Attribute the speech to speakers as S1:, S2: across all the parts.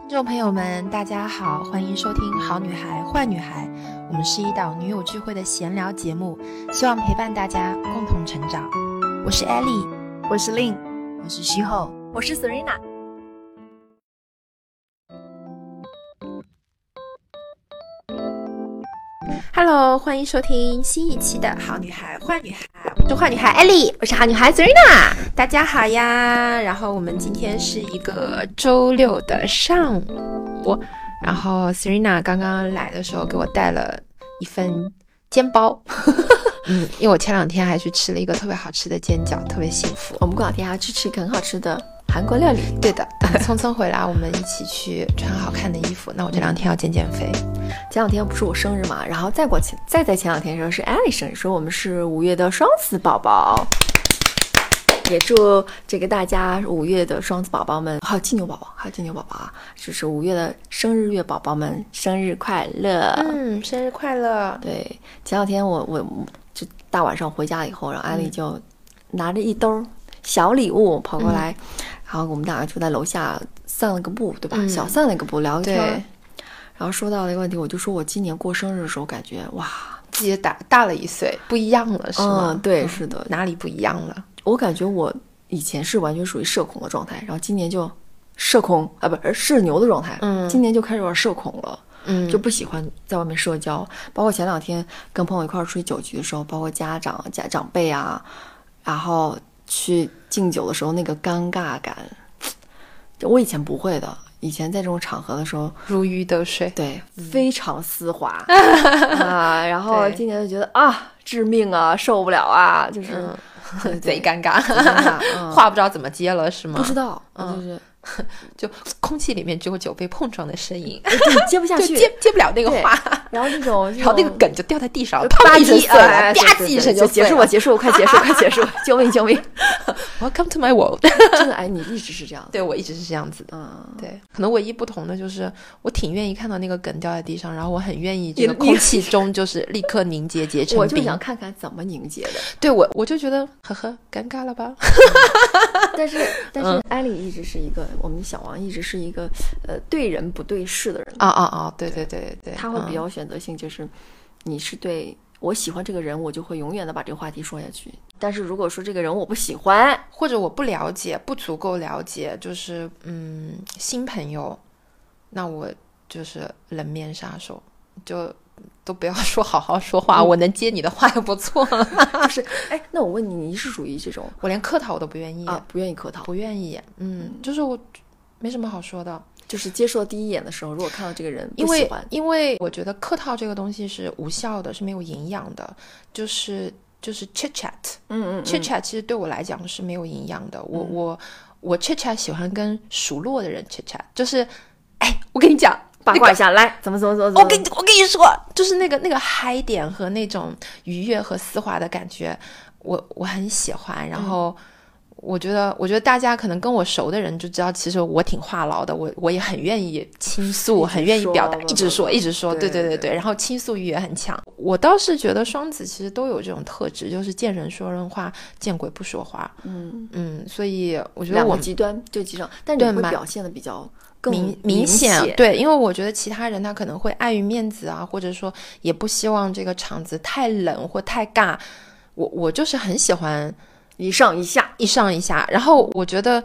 S1: 听众朋友们，大家好，欢迎收听《好女孩坏女孩》，我们是一档女友聚会的闲聊节目，希望陪伴大家共同成长。我是艾丽，
S2: 我是令，
S3: 我是西后，
S4: 我是 Serena。
S1: Hello，欢迎收听新一期的《好女孩坏女孩》，我是坏女孩艾丽，
S2: 我是好女孩 Serena。
S1: 大家好呀！然后我们今天是一个周六的上午，然后 Serena 刚刚来的时候给我带了一份煎包， 嗯，因为我前两天还去吃了一个特别好吃的煎饺，特别幸福。
S2: 我们过两天还要去吃一个很好吃的韩国料理。
S1: 对 的，等聪聪回来，我们一起去穿好看的衣服。那我这两天要减减肥。
S2: 前两天不是我生日嘛，然后再过前再在前两天的时候是艾丽生日，说我们是五月的双子宝宝，也祝这个大家五月的双子宝宝们，还有金牛宝宝，还有金牛宝宝啊，就是五月的生日月宝宝们生日快乐。
S1: 嗯，生日快乐！
S2: 对，前两天我我就大晚上回家以后，然后艾
S1: 嗯
S2: 丽就拿着一兜小礼物跑
S1: 嗯
S2: 过来，然后我们俩就在楼下散了个步，对吧？
S1: 嗯
S2: 小散了个步，聊个天儿
S1: 对。
S2: 然后说到了一个问题，我就说我今年过生日的时候感觉哇，
S1: 自己大大了一岁，不一样了，是吗？
S2: 嗯，对，是的，
S1: 哪里不一样了？
S2: 我感觉我以前是完全属于社恐的状态，然后今年就社恐啊，不是社牛的状态，
S1: 嗯
S2: 今年就开始有点社恐了。
S1: 嗯
S2: 就不喜欢在外面社交，包括前两天跟朋友一块儿出去酒局的时候，包括家长、家长辈啊，然后去敬酒的时候那个尴尬感，就我以前不会的，以前在这种场合的时候，
S1: 如鱼得 水。
S2: 对，非常丝 滑啊，然后
S1: 嗯对
S2: 今年就觉得啊，致命啊，受不了啊，就是、对
S1: 贼尴尬，
S2: 尬嗯
S1: 嗯 话不知道怎么接了，是吗？
S2: 不知道，
S1: 嗯
S2: 就是
S1: 就空气里面只有酒杯碰撞的声 音，
S2: 哎对接不下
S1: 就
S2: 去，
S1: 接接不了那个
S2: 对
S1: 话，
S2: 然后那 种，
S1: 然后那个梗就掉在地上，
S2: 就
S1: 啪
S2: 吧
S1: 一声
S2: 唧
S1: 碎了，吧
S2: 哎对对
S1: 唧
S2: 对
S1: 一声
S2: 就
S1: 碎
S2: 结束
S1: 了
S2: 吧，。结束，快结束，快 结束，救命，救命！
S1: Welcome to my world 。
S2: 真的，哎，你一直是这样的，
S1: 对我一直是这样子的。
S2: 嗯，
S1: 对，可能唯一不同的就是，我挺愿意看到那个梗掉在地上，然后我很愿意这
S2: 你
S1: 个
S2: 你
S1: 空气中就是立刻凝结结成
S2: 我就
S1: 冰
S2: 想。看看怎么凝结 的，
S1: 对我，我就觉得呵呵，尴尬了 吧？
S2: 但是但
S1: 嗯
S2: 是艾丽一直是一个，我们小王一直是一个，呃，对人不对事的人，
S1: 啊啊啊！对对对对对，
S2: 他会比
S1: 嗯
S2: 较选择性，就是你是对我喜欢这个人，我就会永远的把这个话题说下去，但是如果说这个人我不喜欢，
S1: 或者我不了解，不足够了解，就是嗯，新朋友，那我就是冷面杀手，就都不要 说好好说话，我能接你的话也不错。
S2: 就是哎，那我问你，你是属于这种
S1: 我连客套我都不愿意，
S2: 啊不愿意客套，
S1: 不愿意，嗯，就是我没什么好说的，
S2: 就是接触到第一眼的时候，如果看到这个人
S1: 因
S2: 不喜
S1: 为
S2: 欢，
S1: 因为我觉得客套这个东西是无效的，是没有营养的，就是就是 chit chat。
S2: 嗯嗯嗯
S1: chit chat 其实对我来讲是没有营养的。我我我 chit chat 喜欢跟熟络的人 chit chat，就是，哎，我跟你讲，
S2: 八
S1: 那
S2: 卦
S1: 个
S2: 一下，来，怎么怎么怎么怎么，
S1: 我跟你我跟你说，就是那个那个嗨点和那种愉悦和丝滑的感觉，我我很喜欢。
S2: 嗯
S1: 然后我觉得，我觉得大家可能跟我熟的人就知道，其实我挺话痨的，我我也很愿意倾诉，
S2: 一直
S1: 很愿意
S2: 说
S1: 表达，
S2: 吧
S1: 一直
S2: 吧
S1: 说，一直说，对
S2: 对
S1: 对
S2: 对
S1: 对。然后倾诉欲也很强。我倒是觉得双子其实都有这种特质，就是见人说人话，见鬼不说话。
S2: 嗯，
S1: 嗯，所以我觉得
S2: 两
S1: 我
S2: 个
S1: 们
S2: 极端就极端，但你
S1: 对
S2: 会
S1: 蛮
S2: 表现的比较更
S1: 明
S2: 明
S1: 显，对，因为我觉得其他人他可能会碍于面子啊，或者说也不希望这个场子太冷或太尬。我我就是很喜欢
S2: 一上一下，
S1: 一上一下，然后我觉得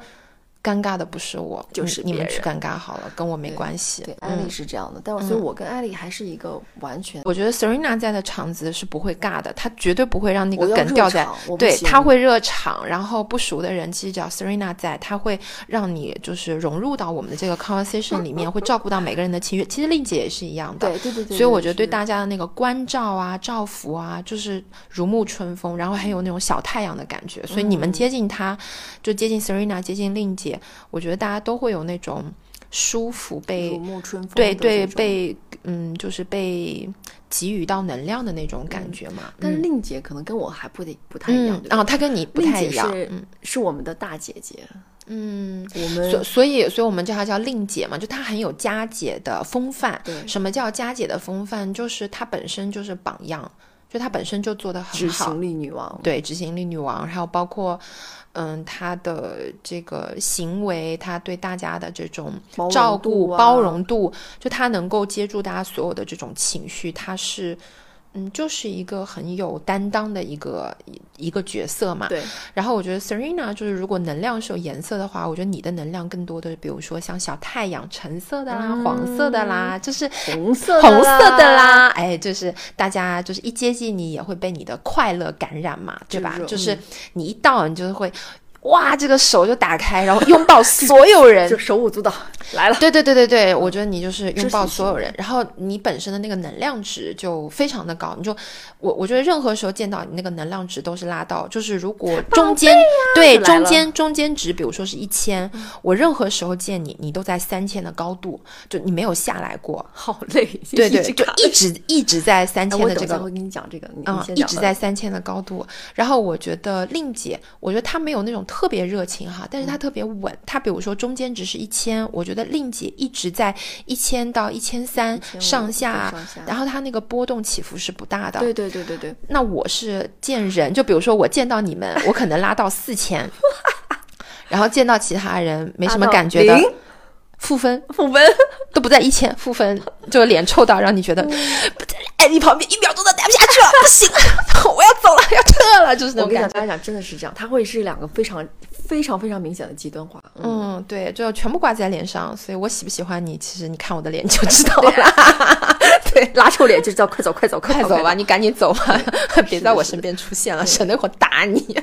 S1: 尴尬的不是我，
S2: 就
S1: 你
S2: 是
S1: 你们
S2: 别
S1: 去尴尬好了，跟我没
S2: 对
S1: 关系。
S2: 对，艾
S1: 嗯
S2: 丽是这样的，但我所以我跟艾丽还是一个完全
S1: 我觉得 Serena 在的场子是不会尬的，她绝对不会让那个
S2: 我要
S1: 梗
S2: 热
S1: 掉在
S2: 场我不
S1: 对，
S2: 行
S1: 她会热场，然后不熟的人其实只要 Serena 在，她会让你就是融入到我们的这个 conversation 里面，会照顾到每个人的情绪。其实令姐也是一样的，
S2: 对对对对，
S1: 所以我觉得对
S2: 是
S1: 大家的那个关照啊、照拂啊，就是如沐春风，然后很有那种小太阳的感觉。所以你们
S2: 嗯
S1: 接近她，就接近 Serena，接近令姐，我觉得大家都会有那种舒服被
S2: 如沐春风的
S1: 对
S2: 那种，
S1: 对，被嗯，就是被给予到能量的那种感觉嘛。
S2: 但是
S1: 嗯
S2: 令姐可能跟我还不得不太一样，
S1: 嗯
S2: 对吧
S1: 然后他跟你不太一样
S2: 令，姐是、是我们的大姐姐，
S1: 嗯。
S2: 我
S1: 所
S2: 们
S1: 所以，所以我们叫她叫令姐嘛，就她很有佳姐的风范。
S2: 对
S1: 什么叫佳姐的风范？就是她本身就是榜样，就她本身就做得很
S2: 执
S1: 好
S2: 行。力女王，
S1: 对，执行力女王，还有包括，嗯，她的这个行为，她对大家的这种
S2: 包容
S1: 照
S2: 度
S1: 顾、
S2: 啊
S1: 包容度，就她能够接住大家所有的这种情绪，她是，嗯，就是一个很有担当的一个一一个角色嘛。
S2: 对，
S1: 然后我觉得 Serena 就是，如果能量是有颜色的话，我觉得你的能量更多的，比如说像小太阳，橙色的啦、
S2: 嗯
S1: 黄色的啦，就是
S2: 红色
S1: 红色的，啦， 哎，就是大家就是一接近你也会被你的快乐感染嘛，对吧
S2: 就是？嗯
S1: 就是你一到，你就会哇，这个手就打开，然后拥抱所有人
S2: 就。手舞足蹈来了。
S1: 对对对对对，我觉得你就是拥抱
S2: 知识
S1: 所有人，然后你本身的那个能量值就非常的高。你就我我觉得任何时候见到你那个能量值都是拉到，就是如果中间、对
S2: 就来
S1: 中
S2: 了嗯
S1: 间中间值，比如说是一千，我任何时候见你，你都在三千的高度，就你没有下来过。
S2: 好累，
S1: 对
S2: 一
S1: 对，
S2: 直
S1: 就
S2: 看
S1: 一直一直在三
S2: 哎
S1: 千
S2: 我
S1: 的
S2: 等
S1: 这
S2: 一下
S1: 个
S2: 会。跟你讲这个，你你
S1: 啊、
S2: 先
S1: 一
S2: 讲
S1: 直
S2: 吧
S1: 在三千的高度，然后我觉得令姐，我觉得她没有那种特别热情哈，但是
S2: 嗯
S1: 她特别稳。她比如说中间值是一千，我觉得令姐一直在一千到一千三
S2: 1500
S1: 上下，
S2: 上下
S1: 然后她那个波动起伏是不大的。
S2: 对对对对对，
S1: 那我是见人，就比如说我见到你们，我可能拉到四 千，然后见到其他人没什么
S2: 拉到
S1: 感觉的
S2: 零，
S1: 负分。
S2: 傅文，
S1: 都不在一千负分，就脸臭到让你 觉得，不在哎，你旁边一秒钟都待不下去了，不行 了，我要走了，要撤了，就是那
S2: 我
S1: 种
S2: 跟你
S1: 感
S2: 讲，
S1: 觉。
S2: 大家讲真的是这样，它会是两个非常非常非常明显的极端化。嗯，
S1: 嗯，对，就全部挂在脸上，所以我喜不喜欢你，其实你看我的脸就知 道了。
S2: 对，拉臭脸就叫快走快走快
S1: 快
S2: 走
S1: 走吧，，你赶紧走吧， 别在我
S2: 是的
S1: 身边出现了，省得我打你。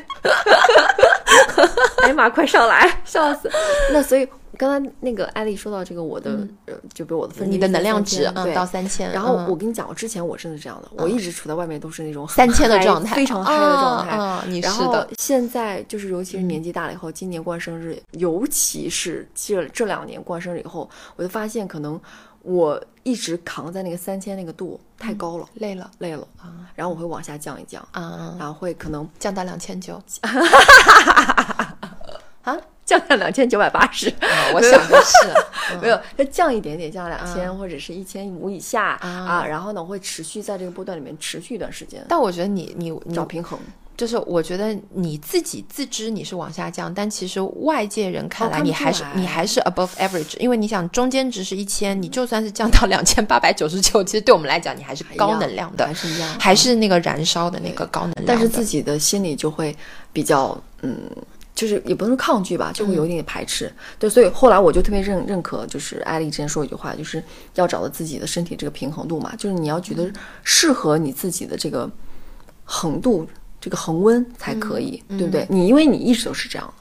S2: 哎呀妈，快上来， 笑死。那所以刚才那个艾丽说到这个我的，呃，就比如我的分
S1: 嗯
S2: 之
S1: 你
S2: 一
S1: 的
S2: 是
S1: 能量
S2: 三
S1: 值
S2: 千
S1: 嗯
S2: 对
S1: 到三千，
S2: 然后
S1: 嗯
S2: 我跟你讲，我之前我真的是这样的，我一直处在外面都是那种很
S1: 三千的
S2: 嗨
S1: 状态，
S2: 非常嗨的状
S1: 嗯
S2: 态。
S1: 嗯你
S2: 然
S1: 是
S2: 后
S1: 的，
S2: 现在就是，尤其是年纪大了以后，今年过完生日，
S1: 嗯
S2: 尤其是这这两年过完生日以后，我就发现可能我一直扛在那个三千那个度太高了，
S1: 累了
S2: 累了，然后我会往下降一降，
S1: 啊，
S2: 然后会可能
S1: 降到两千九。
S2: 降到两千九百八十，
S1: 啊 我想的是，
S2: 没有，它降一点点，降两
S1: 嗯
S2: 千或者是一千五以下
S1: 啊
S2: 啊，然后呢会持续在这个波段里面持续一段时间，
S1: 但我觉得你你你
S2: 找平衡。
S1: 就是我觉得你自己自知你是往下降，但其实外界人看
S2: 哦
S1: 来
S2: 看不
S1: 你还是、
S2: 出来
S1: 你还是 above average，因为你想中间值是一千，你就算是降到两千八百九十九，其实对我们来讲你还是高能量的，
S2: 还是一样
S1: 还是那个燃烧的那个高能量的。
S2: 但是自己的心里就会比较，嗯，就是也不能说抗拒
S1: 嗯
S2: 吧，就会有一点点排斥。对，所以后来我就特别认认可，就是艾丽之前说一句话，就是要找到自己的身体这个平衡度嘛，就是你要觉
S1: 嗯
S2: 得适合你自己的这个横度、这个恒温才可以，
S1: 嗯
S2: 对不对？你因为你一直都是这样的，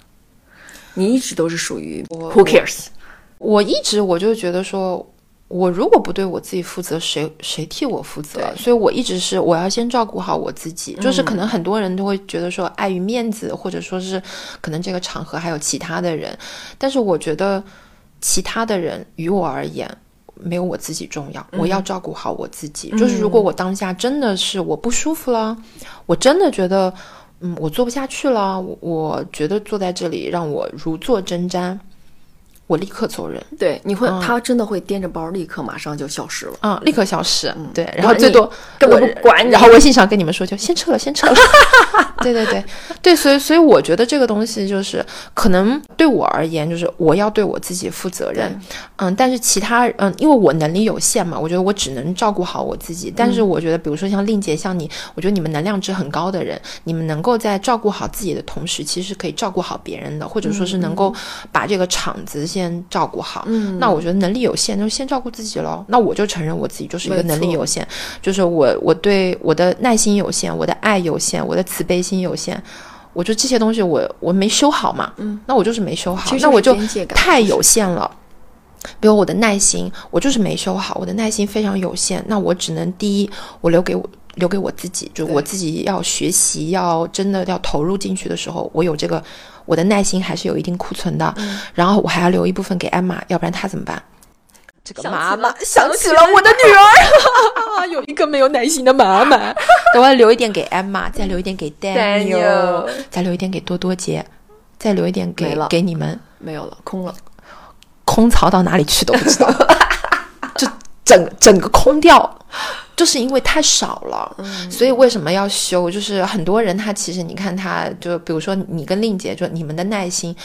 S2: 你一直都是属于 who cares，
S1: 我一直我就觉得说，我如果不对我自己负责，谁谁替我负责？啊所以我一直是我要先照顾好我自己。就是可能很多人都会觉得说，碍于面子，或者说是可能这个场合还有其他的人，但是我觉得其他的人于我而言。没有我自己重要，我要照顾好我自己。就是如果我当下真的是我不舒服了，我真的觉得，嗯，我做不下去了，我我觉得坐在这里让我如坐针毡，我立刻走人。
S2: 对，你会、他真的会掂着包立刻马上就消失了。
S1: 嗯，立刻消失。对，然
S2: 管
S1: 后最
S2: 你
S1: 多
S2: 根本
S1: 我
S2: 不管你
S1: 然后微信上跟你们说，就先撤了，先 撤了。对对对对，所以所以我觉得这个东西就是，可能对我而言，就是我要对我自己负责任。嗯，但是其他嗯，因为我能力有限嘛，我觉得我只能照顾好我自
S2: 嗯
S1: 己。但是我觉得，比如说像令姐，像你，我觉得你们能量值很高的人，你们能够在照顾好自己的同时，其实可以照顾好别人的，或者说是能够
S2: 嗯
S1: 把这个场子先照顾好。嗯，那我觉得能力有限，就先照顾自己喽。那我就承认我自己就是一个
S2: 没
S1: 能力
S2: 错
S1: 有限，就是我我对我的耐心有限，我的爱有限，我的慈悲心有限。我就这些东西我，我没修好嘛，嗯，那我就是没修好
S2: 其，实
S1: 那我
S2: 是
S1: 就
S2: 边界感
S1: 太
S2: 就是
S1: 有限了。比如我的耐心，我就是没修好，我的耐心非常有限。那我只能第一，我留给我留给我自己，就
S2: 对
S1: 我自己要学习，要真的要投入进去的时候，我有这个我的耐心还是有一定库存的。然后我还要留一部分给艾玛，要不然她怎么办？这个
S2: 想起
S1: 妈妈
S2: 了
S1: 想
S2: 想
S1: 起
S2: 起
S1: 了
S2: 了
S1: 我的女
S2: 啊
S1: 儿，有一个没有耐心的妈妈。等我要留一点给艾玛，再留一点给 Daniel，
S2: Daniel
S1: 再留一点给多多姐，再留一点
S2: 没
S1: 给
S2: 了
S1: 给你们。
S2: 没有了，空了。
S1: 空槽到哪里去都不知道，就整整个空掉。就是因为太少了，
S2: 嗯
S1: 所以为什么要修？就是很多人他其实你看他就比如说你跟令姐，就你们的耐心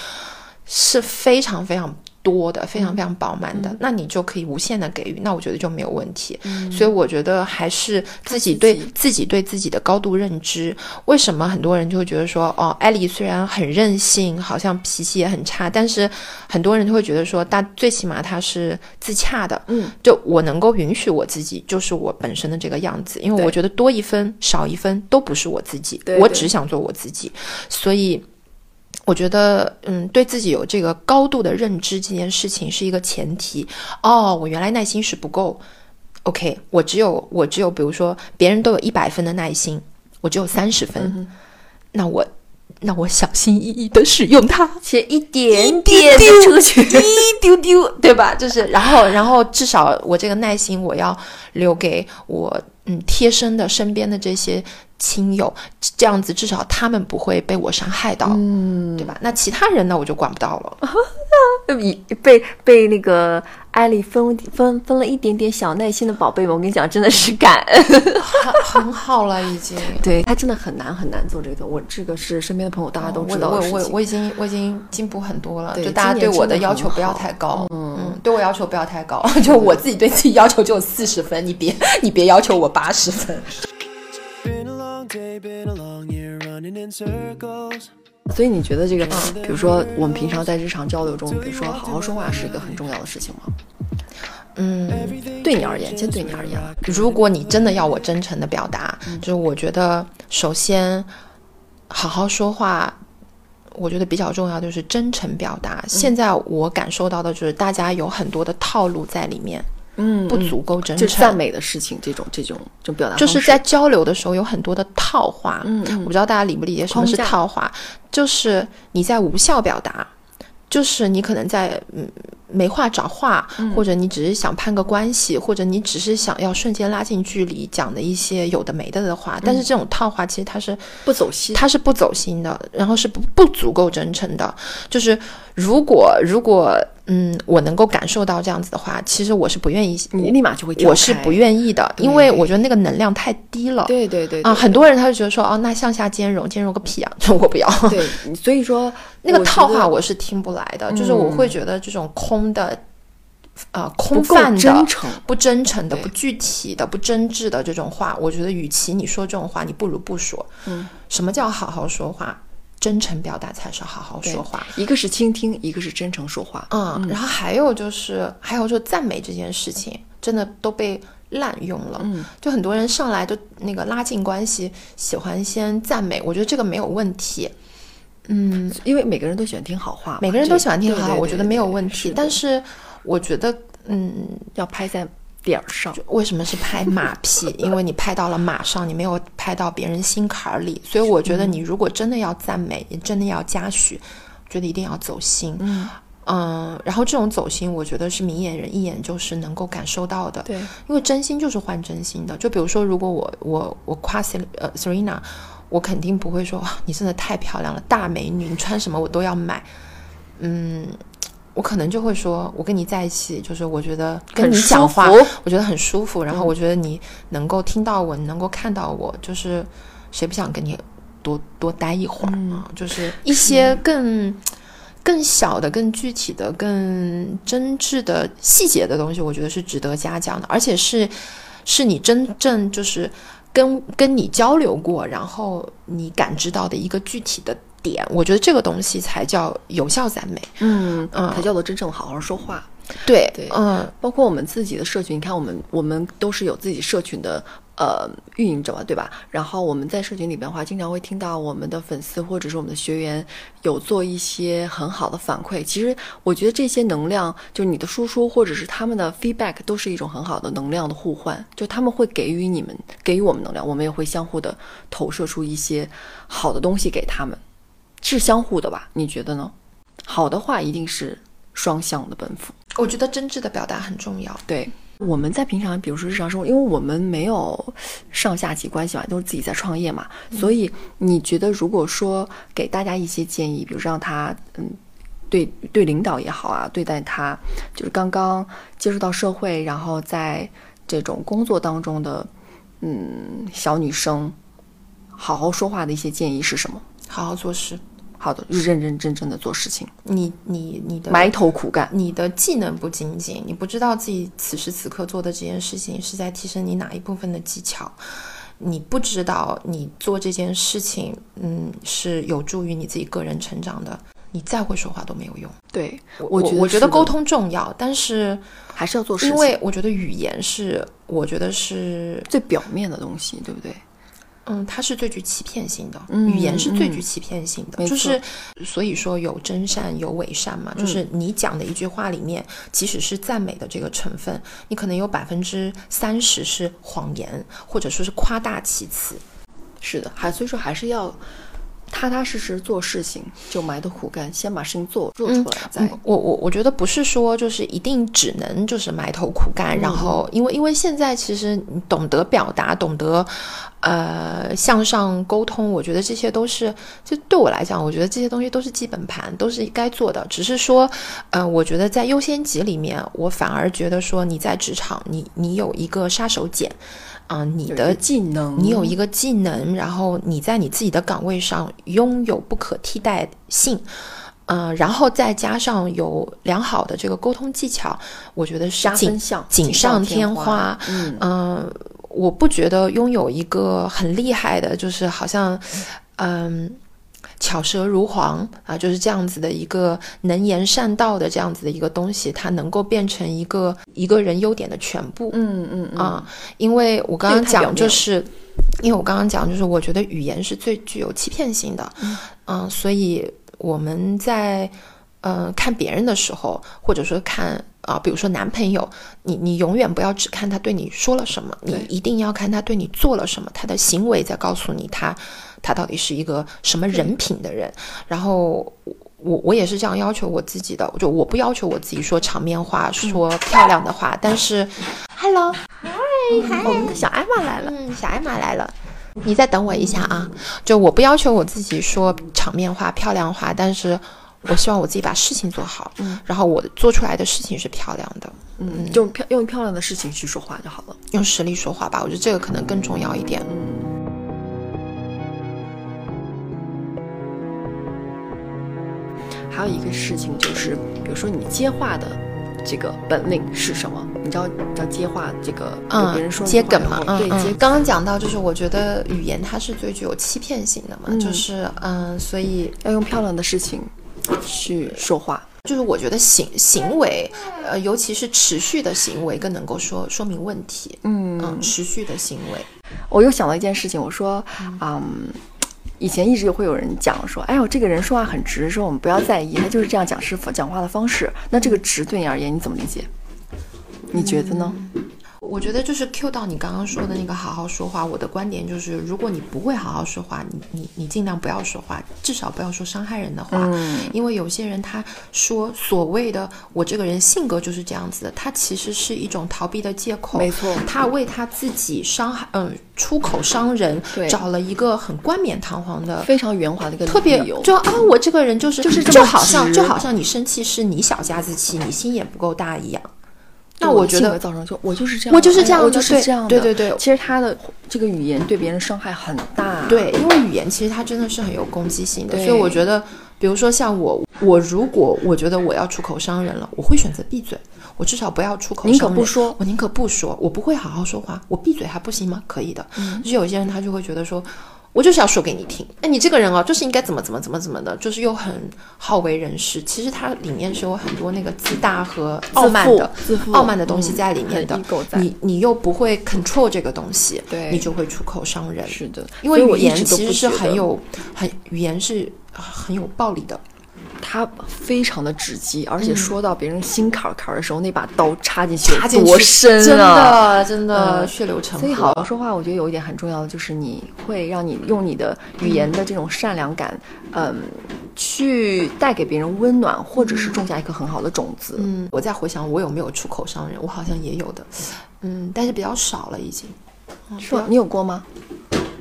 S1: 是非常非常。多的非
S2: 嗯
S1: 常非常饱满的，那你就可以无限的给予，那我觉得就没有问题。所以我觉得还是自己对
S2: 嗯
S1: 自
S2: 自己
S1: 己对自己的高度认知。为什么很多人就会觉得说，哦，艾丽虽然很任性，好像脾气也很差，但是很多人就会觉得说，大最起码她是自洽的。
S2: 嗯，
S1: 就我能够允许我自己，就是我本身的这个样子，因为
S2: 对
S1: 我觉得多一分少一分都不是我自己，
S2: 对
S1: 我
S2: 对
S1: 只想做我自己，所以。我觉得，嗯，对自己有这个高度的认知，这件事情是一个前提。哦，我原来耐心是不够，OK，我只有我只有，比如说别人都有一百分的耐心，我只有三十
S2: 嗯
S1: 分，那我那我小心翼翼的使用它，
S2: 且一点
S1: 点地
S2: 出去，
S1: 一丢丢，对 吧？就是，然后，然后至少我这个耐心，我要留给我嗯贴身的身边的这些亲友，这样子至少他们不会被我伤害到，嗯，对吧？那其他人呢，我就管不到了。
S2: 一被被那个艾丽分分分了一点点小耐心的宝贝们，我跟你讲，真的是感 恩。
S1: 很好了，已 经。
S2: 对他真的很难很难做这个，我这个是身边的朋友大家都知道
S1: 我
S2: 的
S1: 我
S2: 事
S1: 我
S2: 情。
S1: 我已经我已经进步很多了，
S2: 对
S1: 就大家
S2: 今
S1: 对
S2: 年
S1: 我的
S2: 真的
S1: 要求
S2: 很
S1: 不要
S2: 好
S1: 太高，嗯，对我要求不要太高， 就我自己对自己要求只有四十分，你别 你别要求我八十分。
S3: Been a long day, been a long year, running in circles.
S2: 所以你觉得这个，比如说我们平常在日常交流中，比如说好好说话是一个很重要的事情吗？嗯，对你而言，先对你而言啊，
S1: 如果你真的要我真诚的表达，
S2: 嗯
S1: 就是我觉得首先好好说话，我觉得比较重要就是真诚表达。
S2: 嗯
S1: 现在我感受到的就是大家有很多的套路在里面，
S2: 嗯，
S1: 不足够真
S2: 就
S1: 诚。
S2: 是赞美的事情，这种这种这种表达
S1: 就是
S2: 方式
S1: 在交流的时候有很多的套话，
S2: 嗯嗯
S1: 我不知道大家理不理解什么是
S2: 框架
S1: 套话，就是你在无效表达，就是你可能在嗯没话找话，
S2: 嗯
S1: 或者你只是想攀个关系，或者你只是想要瞬间拉近距离讲的一些有的没的的
S2: 嗯
S1: 话，但是这种套话其实它是
S2: 不走心。
S1: 它是不走心的，然后是不不足够真诚的。就是如果如果嗯我能够感受到这样子的话，其实我是不愿意。
S2: 你立马就会跳
S1: 我是
S2: 开
S1: 不愿意的，因为我觉得那个能量太低了。
S2: 对对对
S1: 啊，
S2: 对
S1: 很多人他就觉得说，哦，那向下兼容，兼容个屁啊！ 我不要
S2: 对， 你所以说
S1: 那个套话，
S2: 我
S1: 我是听不来的，就是我会觉得这种空的，呃，
S2: 觉得
S1: 空
S2: 嗯不够
S1: 泛
S2: 真
S1: 的。
S2: 诚。
S1: 不真诚的、
S2: 对
S1: 不具体的、不真挚的这种话，我觉得，与其你说这种话，你不如不说。
S2: 嗯，
S1: 什么叫好好说话？真诚表达才是好好
S2: 对
S1: 说话。
S2: 一个是倾听，一个是真诚说话。
S1: 嗯，然后还有就是，还有就赞美这件事情，真的都被滥用了。
S2: 嗯，
S1: 就很多人上来就那个拉近关系，喜欢先赞美，我觉得这个没有问题。嗯，
S2: 因为每个人都喜欢听好话嘛，
S1: 每个人都喜欢听
S2: 这
S1: 好话，
S2: 对对
S1: 我觉得没有问
S2: 对
S1: 题。
S2: 对
S1: 但
S2: 是
S1: 是我觉得，嗯，
S2: 的要拍在点儿上。
S1: 为什么是拍马屁？因为你拍到了马上，你没有拍到别人心坎儿里。所以我
S2: 嗯
S1: 觉得，你如果真的要赞美，你真的要嘉许，我觉得一定要走心。
S2: 嗯，
S1: 嗯，然后这种走心，我觉得是明眼人一眼就是能够感受到的。
S2: 对，
S1: 因为真心就是换真心的。就比如说，如果我我我夸 Sel 呃 Serena，我肯定不会说哇，你真的太漂亮了，大美女，你穿什么我都要买。嗯，我可能就会说，我跟你在一起，就是我觉得跟
S2: 很
S1: 你
S2: 舒
S1: 讲话
S2: 服，
S1: 我觉得很舒服。然后我觉得你能够听到我，你能够看到我，就是谁不想跟你多多待一会儿啊？就是一些更。更小的、更具体的、更真挚的细节的东西，我觉得是值得嘉奖的，而且是是你真正就是跟跟你交流过，然后你感知到的一个具体的点，我觉得这个东西才叫有效赞美。
S2: 嗯，
S1: 嗯
S2: 才叫做真正好好说话。
S1: 对
S2: 对
S1: 嗯，
S2: 包括我们自己的社群，你看我们我们都是有自己社群的呃运营者嘛，对吧？然后我们在社群里边的话，经常会听到我们的粉丝或者是我们的学员有做一些很好的反馈。其实我觉得这些能量，就是你的输出或者是他们的 feedback，都是一种很好的能量的互换。就他们会给予你们给予我们能量，我们也会相互的投射出一些好的东西给他们，是相互的吧？你觉得呢？好的话一定是双向的奔赴。
S1: 我觉得真挚的表达很重要。
S2: 对，我们在平常，比如说日常生活，因为我们没有上下级关系嘛，都是自己在创业嘛，所以你觉得如果说给大家一些建议，比如让他嗯。对对，领导也好啊，对待他就是刚刚接触到社会，然后在这种工作当中的嗯小女生好好说话的一些建议是什么？
S1: 好好做事。
S2: 好的，认认真真的做事情，
S1: 你你你的
S2: 埋头苦干。
S1: 你的技能不精进，你不知道自己此时此刻做的这件事情是在提升你哪一部分的技巧，你不知道你做这件事情，嗯，是有助于你自己个人成长的。你再会说话都没有用。
S2: 对，
S1: 我
S2: 觉得
S1: 我觉得
S2: 是的
S1: 沟通重要，但是
S2: 还是要做事
S1: 因
S2: 情，
S1: 为我觉得语言是，我觉得是，
S2: 最表面的东西，对不对？
S1: 嗯，它是最具欺骗性的，
S2: 嗯
S1: 语言是最具
S2: 嗯
S1: 欺骗性的，
S2: 没
S1: 就
S2: 错
S1: 是所以说有真善有伪善嘛，
S2: 嗯
S1: 就是你讲的一句话里面，即使是赞美的这个成分，你可能有百分之三十是谎言，或者说是夸大其词。
S2: 是的，还所以说还是要踏踏实实做事情，就埋头苦干，先把事情做做出来，再
S1: 嗯我我我觉得不是说就是一定只能就是埋头苦干，然后因为因为现在其实你懂得表达，懂得呃向上沟通，我觉得这些都是就对我来讲，我觉得这些东西都是基本盘，都是该做的。只是说，呃，我觉得在优先级里面，我反而觉得说你在职场，你你有一个杀手锏，啊、你
S2: 有一
S1: 的
S2: 个技能，
S1: 你有一个技能，然后你在你自己的岗位上拥有不可替代性，呃，然后再加上有良好的这个沟通技巧，我觉得是
S2: 加
S1: 锦
S2: 分项，
S1: 锦上添
S2: 花。
S1: 花。
S2: 嗯，
S1: 嗯、我不觉得拥有一个很厉害的，就是好像，嗯、巧舌如簧啊，就是这样子的一个能言善道的这样子的一个东西，它能够变成一个一个人优点的全部。
S2: 嗯嗯嗯
S1: 啊、因为我刚
S2: 这个
S1: 刚
S2: 太表
S1: 讲就
S2: 面了
S1: 是，因为我刚刚讲就是，我觉得语言是最具有欺骗性的，嗯、所以我们在嗯、呃看别人的时候，或者说看啊、比如说男朋友，你你永远不要只看他对你说了什么，你
S2: 对
S1: 一定要看他对你做了什么，他的行为在告诉你他他到底是一个什么人品的人，然后。我我也是这样要求我自己的，就我不要求我自己说场面话、
S2: 嗯
S1: 说漂亮的话，但是，Hello，
S2: 我们的小艾玛来了，
S1: 哦嗯，小艾玛来了，你再等我一下啊！就我不要求我自己说场面话、漂亮话，但是我希望我自己把事情做好，
S2: 嗯
S1: 然后我做出来的事情是漂亮的，
S2: 嗯，用漂用漂亮的事情去说话就好了。
S1: 用实力说话吧，我觉得这个可能更重要一点。嗯
S2: 还有一个事情就是，比如说你接话的这个本领是什么？你知道叫接话这个，有别人说你
S1: 接
S2: 话
S1: 梗
S2: 以
S1: 嘛
S2: 后，
S1: 嗯
S2: 对，
S1: 嗯
S2: 接梗
S1: 刚刚讲到，就是我觉得语言它是最具有欺骗性的嘛，
S2: 嗯
S1: 就是嗯，所以
S2: 要用漂亮的事情去说话。
S1: 就是我觉得行行为，呃，尤其是持续的行为，更能够说说明问题。
S2: 嗯
S1: 嗯，持续的行为，
S2: 我又想到一件事情，我说，嗯，以前一直会有人讲说，哎呦，这个人说话很直，说我们不要在意，他就是这样讲是讲话的方式。那这个直对你而言，你怎么理解？你觉得呢？
S1: 我觉得就是 Q 到你刚刚说的那个好好说话，我的观点就是，如果你不会好好说话，你你你尽量不要说话，至少不要说伤害人的话，
S2: 嗯
S1: 因为有些人他说所谓的我这个人性格就是这样子的，他其实是一种逃避的借口，
S2: 没错
S1: 他为他自己伤害，嗯、出口伤人，
S2: 对
S1: 找了一个很冠冕堂皇的
S2: 非常圆滑的一个
S1: 特别
S2: 理由，
S1: 就啊，我这个人就是
S2: 就是这么
S1: 就好像
S2: 直
S1: 就好像你生气是你小家子气，你心眼不够大一样。那我
S2: 我的
S1: 觉
S2: 性
S1: 得
S2: 格造成就我就是这样的，
S1: 我就是
S2: 哎
S1: 这样的
S2: 我就是
S1: 对
S2: 这样的，
S1: 对对对
S2: 其实他的这个语言对别人伤害很大，，
S1: 对，因为语言其实它真的是很有攻击性的，
S2: 对
S1: 所以我觉得，比如说像我，我如果我觉得我要出口伤人了，我会选择闭嘴，我至少不要出口伤人，
S2: 宁可不说
S1: 我宁可不说，我不会好好说话，我闭嘴还不行吗？可以的，
S2: 嗯
S1: 就是有些人他就会觉得说。我就是要说给你听，哎，你这个人哦，就是应该怎么怎么怎么怎么的，就是又很好为人师。其实它里面是有很多那个自大和傲慢的、
S2: 自负
S1: 傲慢的东西在里面的
S2: 嗯很 ego。在
S1: 你你又不会 control 这个东西，
S2: 对
S1: 你就会出口伤人。
S2: 是的，
S1: 因为
S2: 所以我
S1: 语
S2: 一
S1: 言
S2: 直都
S1: 其
S2: 不
S1: 实是
S2: 觉
S1: 很
S2: 得
S1: 有很语言是很有暴力的，
S2: 他非常的直击，而且说到别人心坎儿坎儿的时候，那把刀嗯插进去
S1: 插进去
S2: 多深
S1: 真
S2: 啊！
S1: 的真的
S2: 嗯
S1: 血流成河。
S2: 所以好好说话，我觉得有一点很重要的就是你会让你用你的语言的这种善良感，嗯，去带给别人温暖，或者是种下一颗很好的种子。
S1: 嗯，我再回想我有没有出口伤人，我好像也有的，嗯，但是比较少了已经。
S2: 是吧？你有过吗？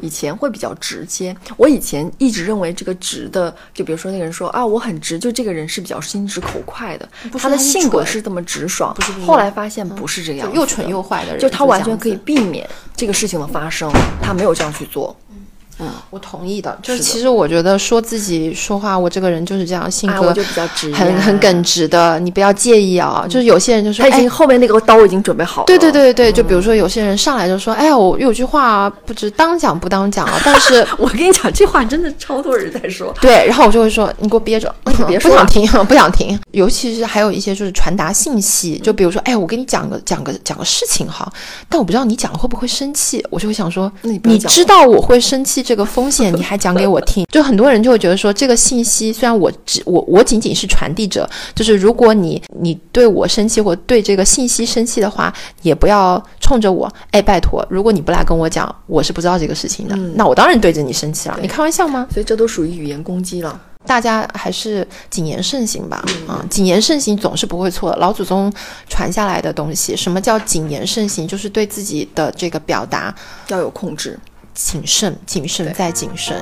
S2: 以前会比较直接。我以前一直认为这个直的，就比如说那个人说啊，我很直，就这个人是比较心直口快的，
S1: 不是
S2: 他的
S1: 他是
S2: 性格
S1: 蠢
S2: 是这么直爽。
S1: 不是不是
S2: 后来发现不是这
S1: 就
S2: 样子的，
S1: 又蠢又坏的人，
S2: 就他完全
S1: 这样子
S2: 可以避免这个事情的发生，他没有这样去做。
S1: 我同意的，就是
S2: 是的
S1: 其实我觉得说自己说话，我这个人哎就是这样，性
S2: 啊
S1: 格
S2: 我就比较直
S1: 很
S2: 呀
S1: 很耿直的，你不要介意啊。就是有些人就说，
S2: 他已
S1: 哎
S2: 经，后面那个刀已经准备好了。
S1: 对对对对对，就比如说有些人上来就说，哎呀，我有句话啊不知当讲不当讲啊，但是
S2: 我跟你讲，这话真的超多人在说。
S1: 对，然后我就会说，你给我憋着，
S2: 别
S1: 不
S2: 说
S1: 想
S2: 了
S1: 听，不想听。尤其是还有一些就是传达信息，就比如说，哎，我跟你讲个讲个讲个事情哈，但我不知道你讲了会不会生气，我就会想说，
S2: 那你
S1: 你
S2: 不要讲
S1: 知道我会生气这个风险，你还讲给我 听。就很多人就会觉得说，这个信息虽然我只我我仅仅是传递者，就是如果你你对我生气或对这个信息生气的话，也不要冲着我，哎，拜托，如果你不来跟我讲，我是不知道这个事情的，
S2: 嗯
S1: 那我当然对着你生气了，你开玩笑吗？
S2: 所以这都属于语言攻击了。
S1: 大家还是谨言慎行吧，
S2: 嗯
S1: 啊，谨言慎行总是不会错的。老祖宗传下来的东西，什么叫谨言慎行？就是对自己的这个表达
S2: 要有控制。
S1: 谨慎、谨慎再谨慎。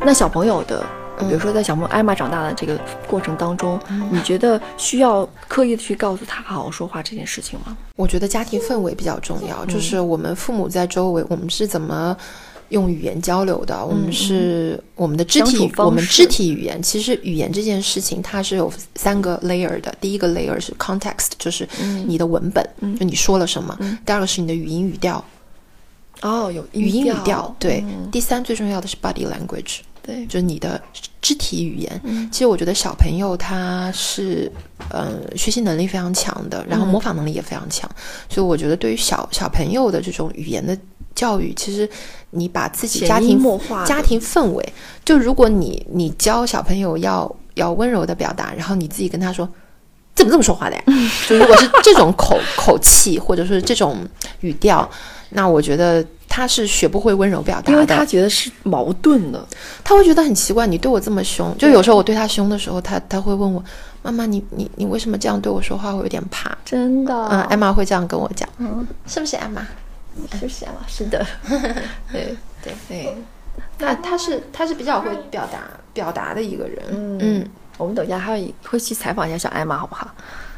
S2: 那小朋友的，比如说在小朋友艾玛长大的这个过程当中，你觉得需要刻意的去告诉他好好说话这件事情吗？
S1: 我觉得家庭氛围比较重要，
S2: 嗯
S1: 就是我们父母在周围，我们是怎么用语言交流的？我们是我们的肢
S2: 嗯相处
S1: 体，
S2: 方式
S1: 我们肢体语言。其实语言这件事情，它是有三个 layer 的。第一个 layer 是 context，就是
S2: 嗯
S1: 你的文本，就你说了什么；第二个是你的语音语调，
S2: 哦，有
S1: 语音语
S2: 调嗯
S1: 调，，对。第三最重要的是 body language，
S2: 对
S1: 就是你的肢体语言。
S2: 嗯
S1: 其实我觉得小朋友他是，呃，学习能力非常强的，
S2: 嗯
S1: 然后模仿能力也非常强，所以我觉得对于小小朋友的这种语言的教育，其实你把自己
S2: 潜
S1: 家
S2: 移
S1: 庭
S2: 默化的
S1: 家庭氛围，就如果你你教小朋友要要温柔的表达，然后你自己跟他说。怎么这么说话的呀？ 就如果是这种口口气，或者是这种语调，那我觉得他是学不会温柔表达
S2: 因
S1: 的。
S2: 为他觉得是矛盾的。
S1: 他会觉得很奇怪，你对我这么凶。就有时候我对他凶的时候，他他会问我，妈妈，你你你为什么这样对我说话？我有点怕。
S2: 真的，
S1: 嗯，艾玛会这样跟我讲，
S2: 嗯
S1: 是不是艾玛？
S2: 是想了，是的， 嗯对对对，
S1: 那他是他是比较会表达表达的一个人。嗯嗯
S2: 我们等一下还有一会去采访一下小艾玛，好不好？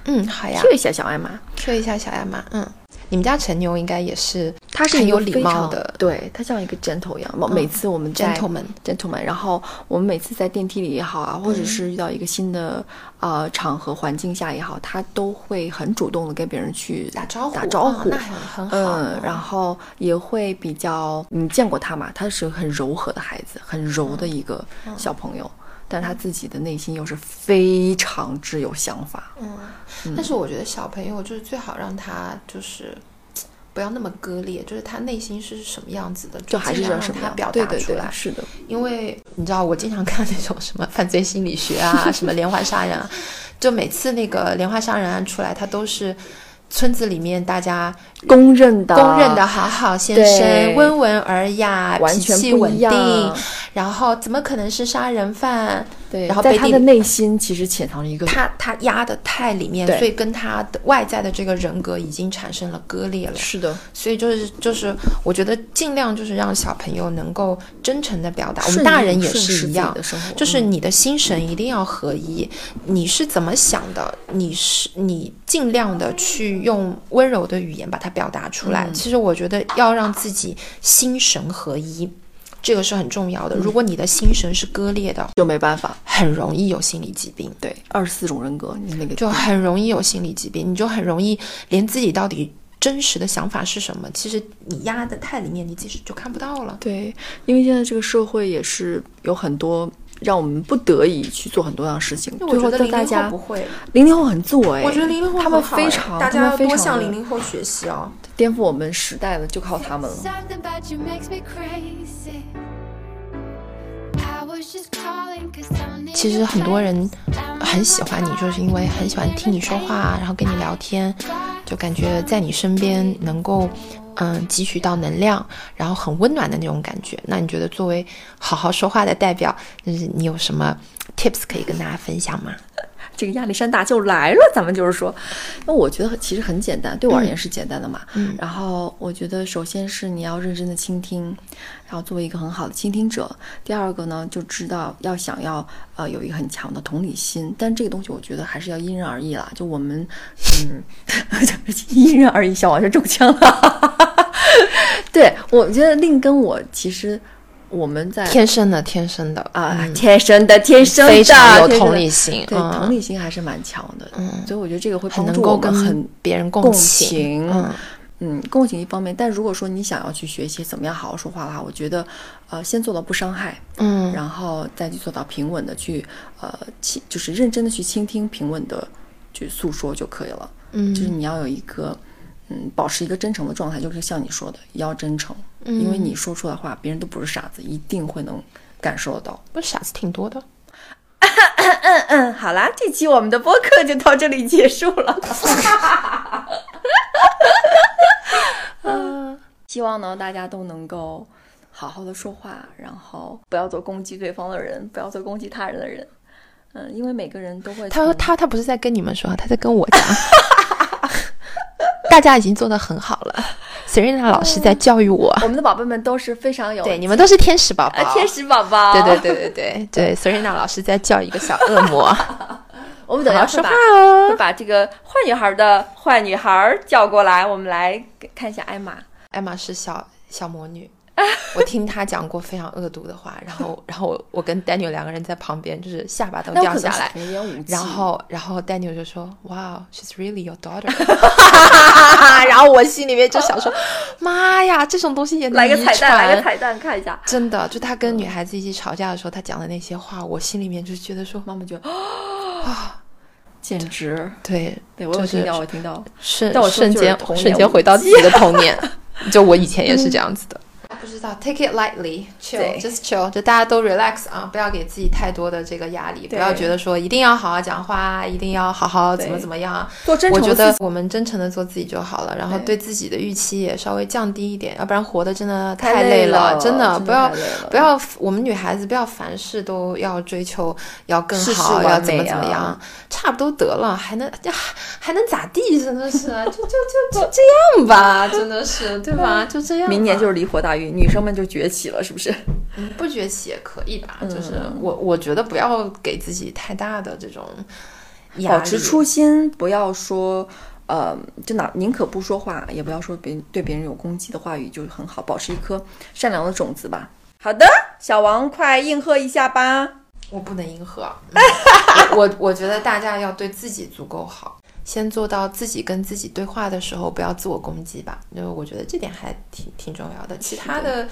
S1: 嗯好呀
S2: 说一下小艾玛，
S1: ，Q 一下小艾玛。嗯，你们家陈牛应该也是，
S2: 他是
S1: 很
S2: 一
S1: 有
S2: 个
S1: 礼
S2: 非
S1: 貌
S2: 常
S1: 的嗯
S2: 对他像一个 gentle 一样。每每次我们在
S1: gentleman
S2: gentleman，然后我们每次在电梯里也好啊，或
S1: 嗯
S2: 者是遇到一个新的呃场合环境下也好，他都会很主动的跟别人去
S1: 打招呼
S2: 打招
S1: 啊
S2: 呼，
S1: 那很很好啊
S2: 嗯，然后也会比较，你见过他嘛？他是很柔和的孩子，很柔
S1: 嗯
S2: 的一个小朋友。但是他自己的内心又是非常之有想法，
S1: 嗯
S2: 嗯
S1: 但是我觉得小朋友就是最好让他就是。不要那么割裂，就是他内心是什么样子的，
S2: 就还是
S1: 尽量
S2: 让
S1: 让
S2: 什么
S1: 他
S2: 样
S1: 表
S2: 对
S1: 达
S2: 对
S1: 出
S2: 对
S1: 来，。嗯
S2: 是的，
S1: 因为你知道，我经常看那种什么犯罪心理学 啊，什么连环杀人啊，就每次那个连环杀人案出来，他都是村子里面大家
S2: 公认的，
S1: 公认的好好先生，
S2: 啊对
S1: 温文尔雅，
S2: 完
S1: 脾
S2: 全
S1: 气
S2: 不
S1: 稳
S2: 一样
S1: 定，然后怎么可能是杀人犯？
S2: 对，
S1: 然后
S2: 在
S1: 背
S2: 他
S1: 地
S2: 的
S1: 里。
S2: 内心其实潜藏着一个
S1: 他他压的太里面，
S2: 嗯对
S1: 所以跟他的外在的这个人格已经产生了割裂了。
S2: 是的，
S1: 所以就是就是，我觉得尽量就是让小朋友能够真诚的表达，我们
S2: 顺
S1: 大
S2: 应
S1: 人也
S2: 顺势
S1: 是
S2: 自
S1: 一
S2: 己
S1: 样
S2: 的生活，嗯
S1: 就是你的心神一定要合一，你是怎么想的，你是你尽量的去用温柔的语言把它表达出
S2: 嗯
S1: 来。其实我觉得要让自己心神合一。这个是很重要的。
S2: 嗯
S1: 如果你的心神是割裂的，
S2: 就没办法。
S1: 很容易有心理疾病。
S2: 对，二十四种人格，你那个
S1: 就很容易有心理疾病，你就很容易连自己到底真实的想法是什么，其实你压的太里面，你其实就看不到了。
S2: 对，因为现在这个社会也是有很多让我们不得已去做很多样的事情，
S1: 因为
S2: 最
S1: 我觉
S2: 后
S1: 得
S2: 到
S1: 零
S2: 大
S1: 零后
S2: 家
S1: 不会，
S2: 零零后很做哎，
S1: 我觉得零零后
S2: 他
S1: 很
S2: 们
S1: 好
S2: 非
S1: 哎
S2: 常，
S1: 大
S2: 他
S1: 家
S2: 们
S1: 要
S2: 非
S1: 多
S2: 常
S1: 向
S2: 地
S1: 零零后学习哦。
S2: 颠覆我们时代的，就靠他们了。
S4: Something about you makes me crazy. I was just calling 'cause I need
S1: 其实
S4: your
S1: 很多人
S4: face. I'm
S1: 很喜欢你，就是因为很喜欢听你说话啊，然后跟你聊天，就感觉在你身边能够，嗯、汲取到能量，然后很温暖的那种感觉。那你觉得作为好好说话的代表，就是你有什么 tips 可以跟大家分享吗？
S2: 这个亚历山大就来了，咱们就是说，那我觉得其实很简单，对我而言是简单的嘛。
S1: 嗯
S2: 然后我觉得首先是你要认真的倾听，然后作为一个很好的倾听者。第二个呢，就知道要想要呃有一个很强的同理心，但这个东西我觉得还是要因人而异啦。就我们，嗯， 因人而异，小王就中枪了。 对，我觉得令跟我其实我们在
S1: 天生的，天生的
S2: 啊、
S1: 嗯
S2: 天生的，天生的，
S1: 非常有
S2: 天生的
S1: 同理心，
S2: 对，
S1: 嗯
S2: 同理心还是蛮强的，
S1: 嗯
S2: 所以我觉得这个会
S1: 很
S2: 帮
S1: 能
S2: 助
S1: 够
S2: 我们
S1: 跟
S2: 很
S1: 别人
S2: 共
S1: 情，嗯，
S2: 嗯，共情一方面，但如果说你想要去学习怎么样好好说话的话，我觉得，呃，先做到不伤害，
S1: 嗯，
S2: 然后再去做到平稳的去，呃，倾就是认真的去倾听，平稳的去诉说就可以了。
S1: 嗯
S2: 就是你要有一个，嗯，保持一个真诚的状态，就是像你说的，要真诚，因为
S1: 嗯
S2: 你说出来话，别人都不是傻子，一定会能感受得到。
S1: 不是傻子挺多的，
S2: 嗯，好啦，这期我们的播客就到这里结束 了。嗯希望呢，大家都能够好好的说话，然后不要做攻击对方的人，不要做攻击他人的人。嗯，因为每个人都会
S1: 他说
S2: 从
S1: 他他不是在跟你们说，他在跟我讲， 大家已经做得很好了，Serena 老师在教育我，
S2: 我们的宝贝们都是非常有
S1: 对，你们都是天使宝
S2: 啊
S1: 宝，
S2: 天，使宝宝，
S1: 对对，对对对 对，Serena 老师在教育一个小恶魔，
S2: 我们等一
S1: 好好说
S2: 下会把
S1: 话哦
S2: 会把这个坏女孩的坏女孩叫过来，我们来看一下艾玛。
S1: 艾玛是小小魔女， 我听她讲过非常恶毒的话，然后然后我我跟 Daniel 两个人在旁边，就是下巴都
S2: 那我
S1: 掉
S2: 可
S1: 下
S2: 能是
S1: 来
S2: 童言无，忌
S1: 然后然后 Daniel 就说哇 she's really your daughter，然后我心里面就想说，妈呀，这种东西也能
S2: 来个
S1: 遗
S2: 彩蛋，来
S1: 传
S2: 个彩蛋，看一下。
S1: 真的，就他跟女孩子一起吵架的时候，他讲的那些话，我心里面就觉得说，
S2: 妈妈 觉得啊，简直，
S1: 对，
S2: 对我有
S1: 就是
S2: 听到，我有听到。
S1: 瞬
S2: 但我说
S1: 瞬
S2: 的就是
S1: 间
S2: 童年
S1: 瞬间回到自己的童 年，就我以前也是这样子的。嗯不知道，take it lightly，chill，
S2: 对
S1: just chill，就大家都 relax 啊，不要给自己太多的这个压力，不
S2: 对
S1: 要觉得说一定要好好讲话，一定要好好怎么
S2: 对
S1: 怎么样。啊
S2: 做真
S1: 我
S2: 诚的
S1: 觉得
S2: 自
S1: 我们真诚的做自己就好了，然后
S2: 对
S1: 对自己的预期也稍微降低一点，要不然活得真的
S2: 太
S1: 太
S2: 累
S1: 了，
S2: 了
S1: 真的
S2: 真的
S1: 不要
S2: 太累了
S1: 不要，我们女孩子不要凡事都要追求要更
S2: 事事
S1: 好，
S2: 完
S1: 要怎么
S2: 美
S1: 怎么
S2: 啊
S1: 样，差不多得了，还能呀还能咋地？真的是，啊就就就就这样 吧，真的是，对吧？就这样吧。
S2: 明年就是离火大运，女生们就崛起了，是不是？
S1: 嗯不崛起也可以吧，就是
S2: 嗯
S1: 我我觉得不要给自己太大的这种压力。
S2: 保持初心，不要说，呃，就哪宁可不说话，也不要说别人对别人有攻击的话语，就很好，保持一颗善良的种子吧。好的，小王，快应和一下吧。
S1: 我不能迎合，嗯 我我觉得大家要对自己足够好，先做到自己跟自己对话的时候不要自我攻击吧，因为我觉得这点还挺挺重要的。其他的，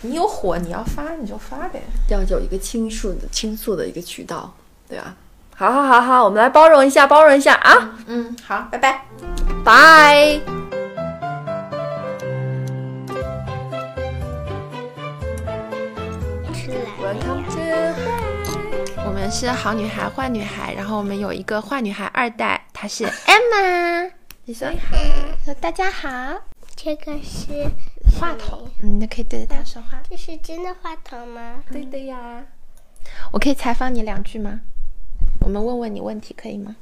S1: 你有火你要发你就发呗。
S2: 要有一个倾诉的倾诉的一个渠道，对吧？好好好好，我们来包容一下，包容一下啊！
S1: 嗯，好，拜拜。
S2: 拜。
S5: 吃蓝莓
S2: Welcome
S5: 呀。
S2: to
S1: 我们是好女孩坏女孩，然后我们有一个坏女孩二代，她 是 Emma。你说说大家好，
S5: 这个是
S1: 话筒，嗯，那可以对着她说话。
S5: 这是真的话筒吗？
S1: 对的呀。我可以采访你两句吗？我们问问你问题可以吗？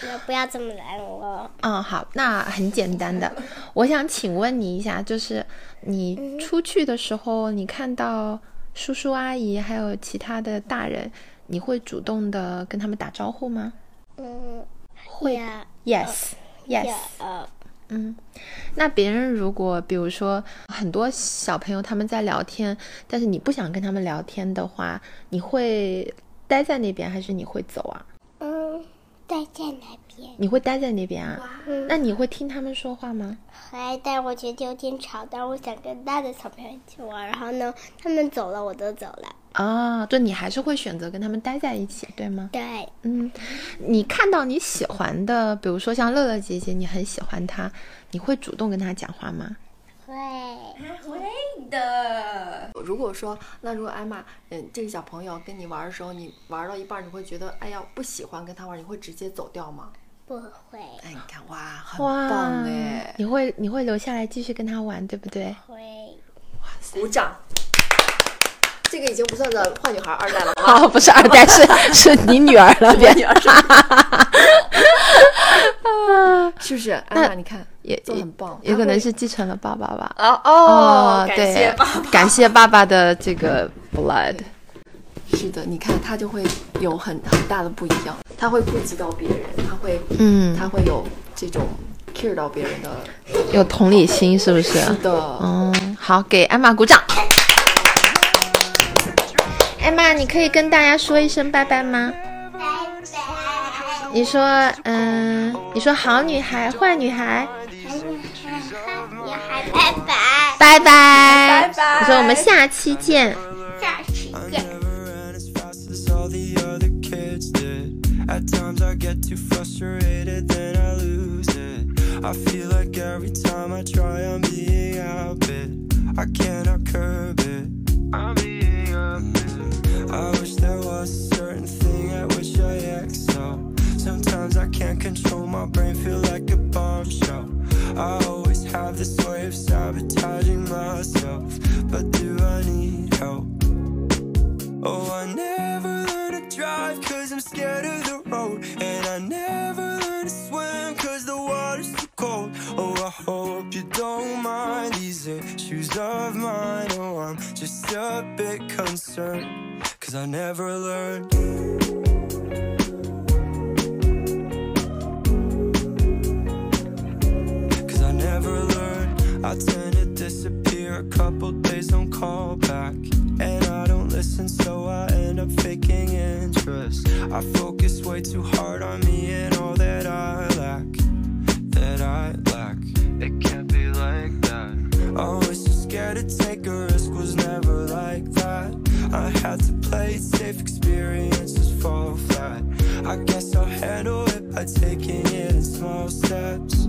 S5: 那不要这么拦我。
S1: 嗯，好，那很简单的，我想请问你一下，就是你出去的时候，你看到叔叔阿姨还有其他的大人，你会主动的跟他们打招呼吗
S5: 嗯，
S1: 会
S5: 呀
S1: ？Yes, yes
S5: 呀。呃，
S1: 那别人如果比如说很多小朋友他们在聊天，但是你不想跟他们聊天的话，你会待在那边还是你会走啊？
S5: 嗯，待在哪边？
S1: 你会待在那边啊？那你会听他们说话吗？
S5: 哎，但我觉得有点吵，但我想跟大的小朋友一起玩。然后呢，他们走了，我都走了。
S1: 啊，对，你还是会选择跟他们待在一起，对吗？
S5: 对，
S1: 嗯，你看到你喜欢的，比如说像乐乐姐姐，你很喜欢她，你会主动跟她讲话吗？
S5: 会。
S2: 如果说，那如果艾玛，嗯，这个小朋友跟你玩的时候，你玩到一半，你会觉得，哎呀，不喜欢跟他玩，你会直接走掉吗？
S5: 不会，
S2: 哎，你看，哇，很棒哎，
S1: 你会你 会留下来继续跟她玩，对不对？
S5: 会。
S2: 鼓掌。这个已经不算的坏女孩二代了 好吧？
S1: 哦，不是二代，是是你女儿了，别
S2: 女儿是是不是？安娜，你看
S1: 也
S2: 做得很棒，
S1: 也
S2: 她
S1: 可能
S2: 会
S1: 是继承了爸爸吧。
S2: 啊哦，感
S1: 对，
S2: 谢爸
S1: 感谢爸爸的这个 blood。
S2: 是的，你看他就会有很很大的不一样，他会顾及到别人，他会，
S1: 嗯
S2: 他会有这种 care 到别人的。
S1: 有同理心是不 是？
S2: 是的，
S1: 嗯，好，给艾玛鼓掌。艾玛，你可以跟大家说一声拜拜吗？你说，嗯，你说好女孩、坏女孩，
S5: 也还拜拜，
S1: 拜拜，拜拜。你说我们下期见。
S5: 下期见。
S3: ran as fast as all the other kids did. At times I get too frustrated, then I lose it. I feel like every time I try, I'm being outbid. I cannot curb it. I'm being outbid. I wish there was a certain thing at which I excel. Sometimes I can't control my brain, feel like a bombshell. I always have this way of sabotaging myself, but do I need help? Oh, I never learn to drive cause I'm scared of the road. And I never learn to swim cause the water's too cold. Oh, I hope you don't mind these issues of mine. Oh, I'm just a bit concerned cause I never learned. Cause I never learned. I tend to disappear a couple days, don't call back. And I don't listen, so I end up faking interest. I focus way too hard on me and all that I lack. That I lack. It can't be like that. Always too scared to take a risk, was never like that. I had to play it safe, experiences fall flat. I guess I'll handle it by taking it in small steps. Oh, Oh, Oh, Oh, Oh, Mm-hmm. Oh.